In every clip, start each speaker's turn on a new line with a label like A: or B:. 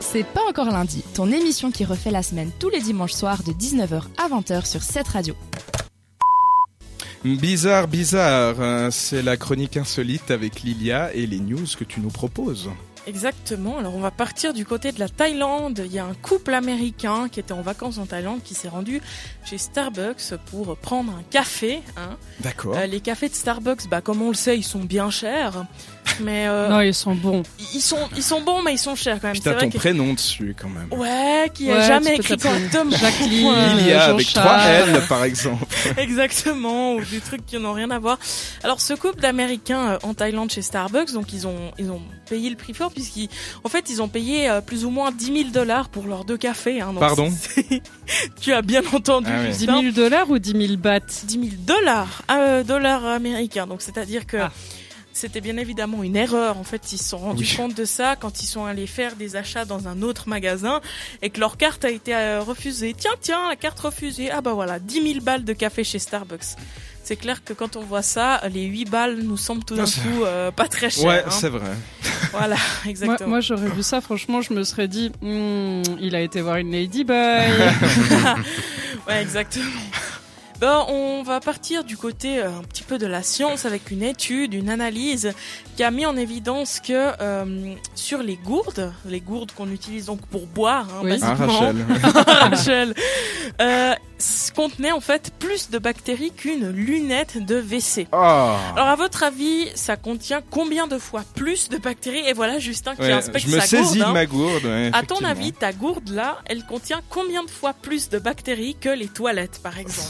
A: C'est pas encore lundi, ton émission qui refait la semaine tous les dimanches soirs de 19h à 20h sur cette radio.
B: Bizarre, bizarre, euh, c'est la chronique insolite avec Lilia et les news que tu nous proposes.
C: Exactement. Alors on va partir du côté de la Thaïlande. Il y a un couple américain qui était en vacances en Thaïlande qui s'est rendu chez Starbucks pour prendre un café. hein.
B: D'accord.
C: Euh, les cafés de Starbucks, bah comme on le sait, ils sont bien chers, mais euh,
D: Non, ils sont bons.
C: ils sont ils sont bons mais ils sont chers quand même.
B: Puis
C: C'est
B: t'as
C: vrai
B: ton
C: que Oh,
B: prénom dessus quand même.
C: ouais, qui a
D: Ouais,
C: jamais
D: tu peux
C: écrit
D: t'appeler
C: correctement.
D: Jacqueline,
C: Ouais.
B: Ah, Il y a
D: euh,
B: avec trois
D: Jean-Charles.
B: L par exemple.
C: Exactement, ou des trucs qui n'ont rien à voir. Alors ce couple d'Américains euh, en Thaïlande chez Starbucks, donc ils ont ils ont payé le prix fort puisqu'ils en fait ils ont payé euh, plus ou moins 10 000 dollars pour leurs deux cafés. Hein, donc
B: Pardon
C: c'est- tu as bien entendu.
B: Ah ouais.
D: 10
C: Justin.
D: 000 dollars ou 10 000 bahts
C: 10 000 dollars, euh, dollars américains. Donc c'est-à-dire que
D: Ah.
C: c'était bien évidemment une erreur. En fait, ils se sont rendus
B: Oui.
C: compte de ça quand ils sont allés faire des achats dans un autre magasin et que leur carte a été euh, refusée. Tiens, tiens, la carte refusée. Ah bah voilà, 10 000 balles de café chez Starbucks. C'est clair que quand on voit ça, les 8 balles nous semblent tout d'un
B: Ah, ça-
C: coup euh, pas très cher.
B: Ouais,
C: hein.
B: c'est vrai.
C: Voilà,
D: Moi,
C: exactement.
D: moi, j'aurais vu ça, franchement, je me serais dit, Hmm, il a été voir une ladybug.
C: Ouais, exactement. Ben, on va partir du côté euh, un petit peu de la science avec une étude, une analyse qui a mis en évidence que euh, sur les gourdes, les gourdes qu'on utilise donc pour boire, hein,
D: Oui.
B: Hein,
C: basiquement,
B: Rachel
C: Rachel, euh, s- contenait en fait plus de bactéries qu'une lunette de WC.
B: Ah.
C: Alors à votre avis, ça contient combien de fois plus de bactéries Et voilà Justin qui
B: Ouais,
C: inspecte
B: je me
C: sa
B: saisis
C: gourde. hein.
B: de ma gourde. ouais,
C: À ton
B: effectivement.
C: avis, ta gourde là, elle contient combien de fois plus de bactéries que les toilettes par exemple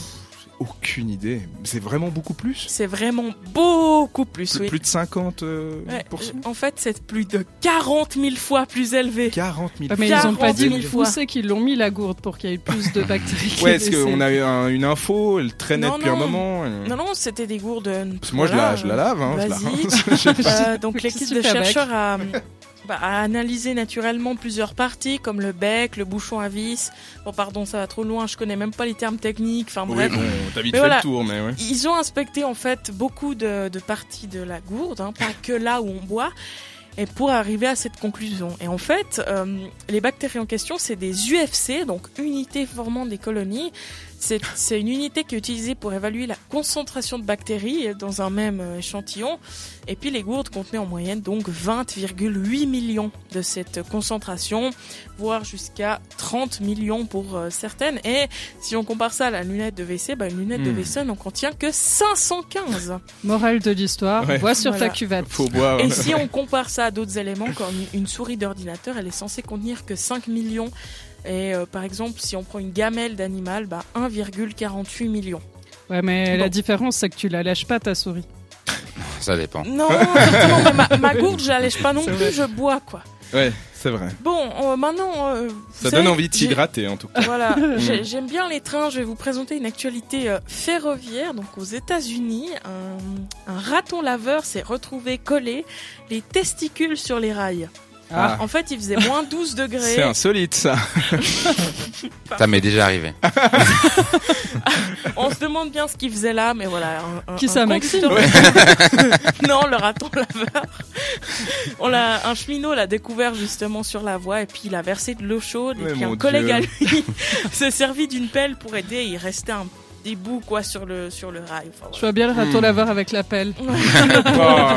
B: Aucune idée. C'est vraiment beaucoup plus
C: C'est vraiment beaucoup plus,
B: Plus,
C: oui.
B: plus de 50 euh,
C: Ouais,
B: pour cent
C: en fait, c'est plus de 40 000 fois plus élevé.
B: 40 000
D: Mais ils ont pas
C: 40 000
D: dit
C: fois.
D: où c'est qu'ils l'ont mis la gourde pour qu'il y ait plus de bactéries.
B: Ouais,
D: que
B: est-ce
D: des
B: qu'on a
D: selles.
B: eu un- une info Elle traînait
C: Non,
B: depuis un
C: non.
B: moment elle-
C: Non, non, c'était des gourdes. euh,
B: Parce que moi,
C: voilà,
B: je, la, je la lave, hein, je la
C: basique.
B: rince. J'ai-
C: Euh, donc
D: Qu'est-ce
C: l'équipe
D: que
C: de
D: tu fais avec
C: chercheurs a, bah, a analysé naturellement plusieurs parties comme le bec, le bouchon à vis. Bon pardon, ça va trop loin, je connais même pas les termes techniques. Enfin
B: Oui,
C: bref,
B: bon, t'as vite
C: Mais
B: fait
C: voilà.
B: le tour, mais ouais.
C: Ils ont inspecté en fait beaucoup de, de parties de la gourde, hein, pas que là où on boit, et pour arriver à cette conclusion. Et en fait, euh, les bactéries en question, c'est des UFC, donc unités formant des colonies. C'est c'est une unité qui est utilisée pour évaluer la concentration de bactéries dans un même euh, échantillon. Et puis les gourdes contenaient en moyenne donc 20,8 millions de cette concentration, voire jusqu'à 30 millions pour euh, certaines. Et si on compare ça à la lunette de WC, bah, une lunette de
B: Hmm. Ah.
C: WC n'en contient que 515.
D: Morale de l'histoire,
B: Ouais.
D: bois sur
C: Voilà.
D: ta cuvette.
B: Faut boire.
C: Et si on compare ça à d'autres éléments, comme une souris d'ordinateur, elle est censée contenir que 5 millions. Et euh, par exemple, si on prend une gamelle d'animal, bah, 1,48 million.
D: Ouais, mais
C: Bon.
D: la différence, c'est que tu la lèches pas, ta souris.
E: Ça dépend.
C: Non, justement, mais ma, ma gourde, je la lèche pas non
D: C'est
C: plus,
D: vrai.
C: je bois quoi.
B: Ouais, c'est vrai.
C: Bon, euh, maintenant. euh, vous
B: Ça
C: savez,
B: donne envie de
C: j'ai-
B: s'hydrater, en tout cas.
C: Voilà, j'ai- j'aime bien les trains. Je vais vous présenter une actualité euh, ferroviaire. Donc, aux États-Unis, un, un raton laveur s'est retrouvé collé les testicules sur les rails.
B: Ah.
C: En fait, il faisait moins 12
B: C'est
C: degrés.
B: insolite, ça.
E: Ça m'est déjà arrivé.
C: On se demande bien ce qu'il faisait là, mais voilà. un- un-
D: Qui
C: un
D: ça,
C: conducteur-
D: Maxime
C: Non, le raton laveur. On l'a, un cheminot l'a découvert justement sur la voie et puis il a versé de l'eau chaude
B: Mais
C: et puis un
B: mon
C: collègue
B: Dieu.
C: à lui s'est servi d'une pelle pour aider. Il restait un des bouts quoi sur le sur le rail. Enfin,
D: Je vois bien le raton
B: Hmm.
D: laveur avec la pelle.
C: voilà.
B: Oh, là, là.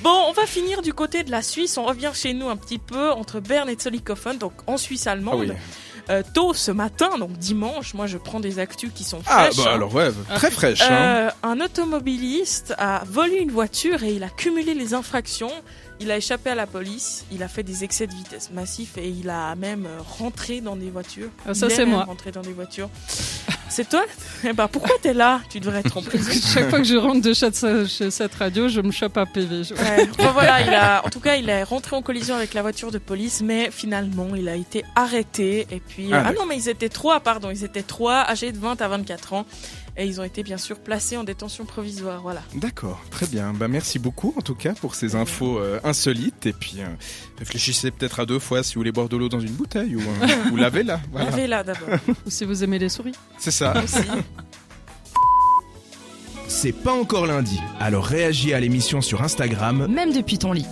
C: Bon, on va finir du côté de la Suisse. On revient chez nous un petit peu entre Berne et Zollikofen, donc en Suisse
B: Ah
C: allemande.
B: oui.
C: Euh, tôt ce matin, donc dimanche, moi je prends des actus qui sont
B: Ah,
C: fraîches.
B: bah
C: hein.
B: alors, ouais, très fraîche. hein.
C: Euh, un automobiliste a volé une voiture et il a cumulé les infractions. Il a échappé à la police, il a fait des excès de vitesse massifs et il a même euh, rentré dans des voitures.
D: Ah, ça,
C: Il est
D: c'est
C: même
D: moi.
C: Rentré dans des voitures. C'est toi Eh ben pourquoi t'es là Tu devrais être en prison.
D: Chaque fois que je rentre de chez chez cette radio, je me chope un PV. je-
C: Ouais. Enfin, voilà, il a, en tout cas, il est rentré en collision avec la voiture de police, mais finalement, il a été arrêté. Et puis,
B: Ah,
C: euh, ah,
B: d'accord.
C: non, mais ils étaient trois, pardon, ils étaient trois, âgés de 20 à 24 ans, et ils ont été bien sûr placés en détention provisoire. Voilà.
B: D'accord, très bien. Bah, merci beaucoup en tout cas pour ces infos euh, insolites. Et puis euh, réfléchissez peut-être à deux fois si vous voulez boire de l'eau dans une bouteille ou, euh, ou lavez-la. Voilà.
C: Lavez-la d'abord.
D: Ou si vous aimez les souris.
B: C'est ça.
C: Aussi.
F: C'est pas encore lundi, alors réagis à l'émission sur Instagram
A: Même depuis ton lit.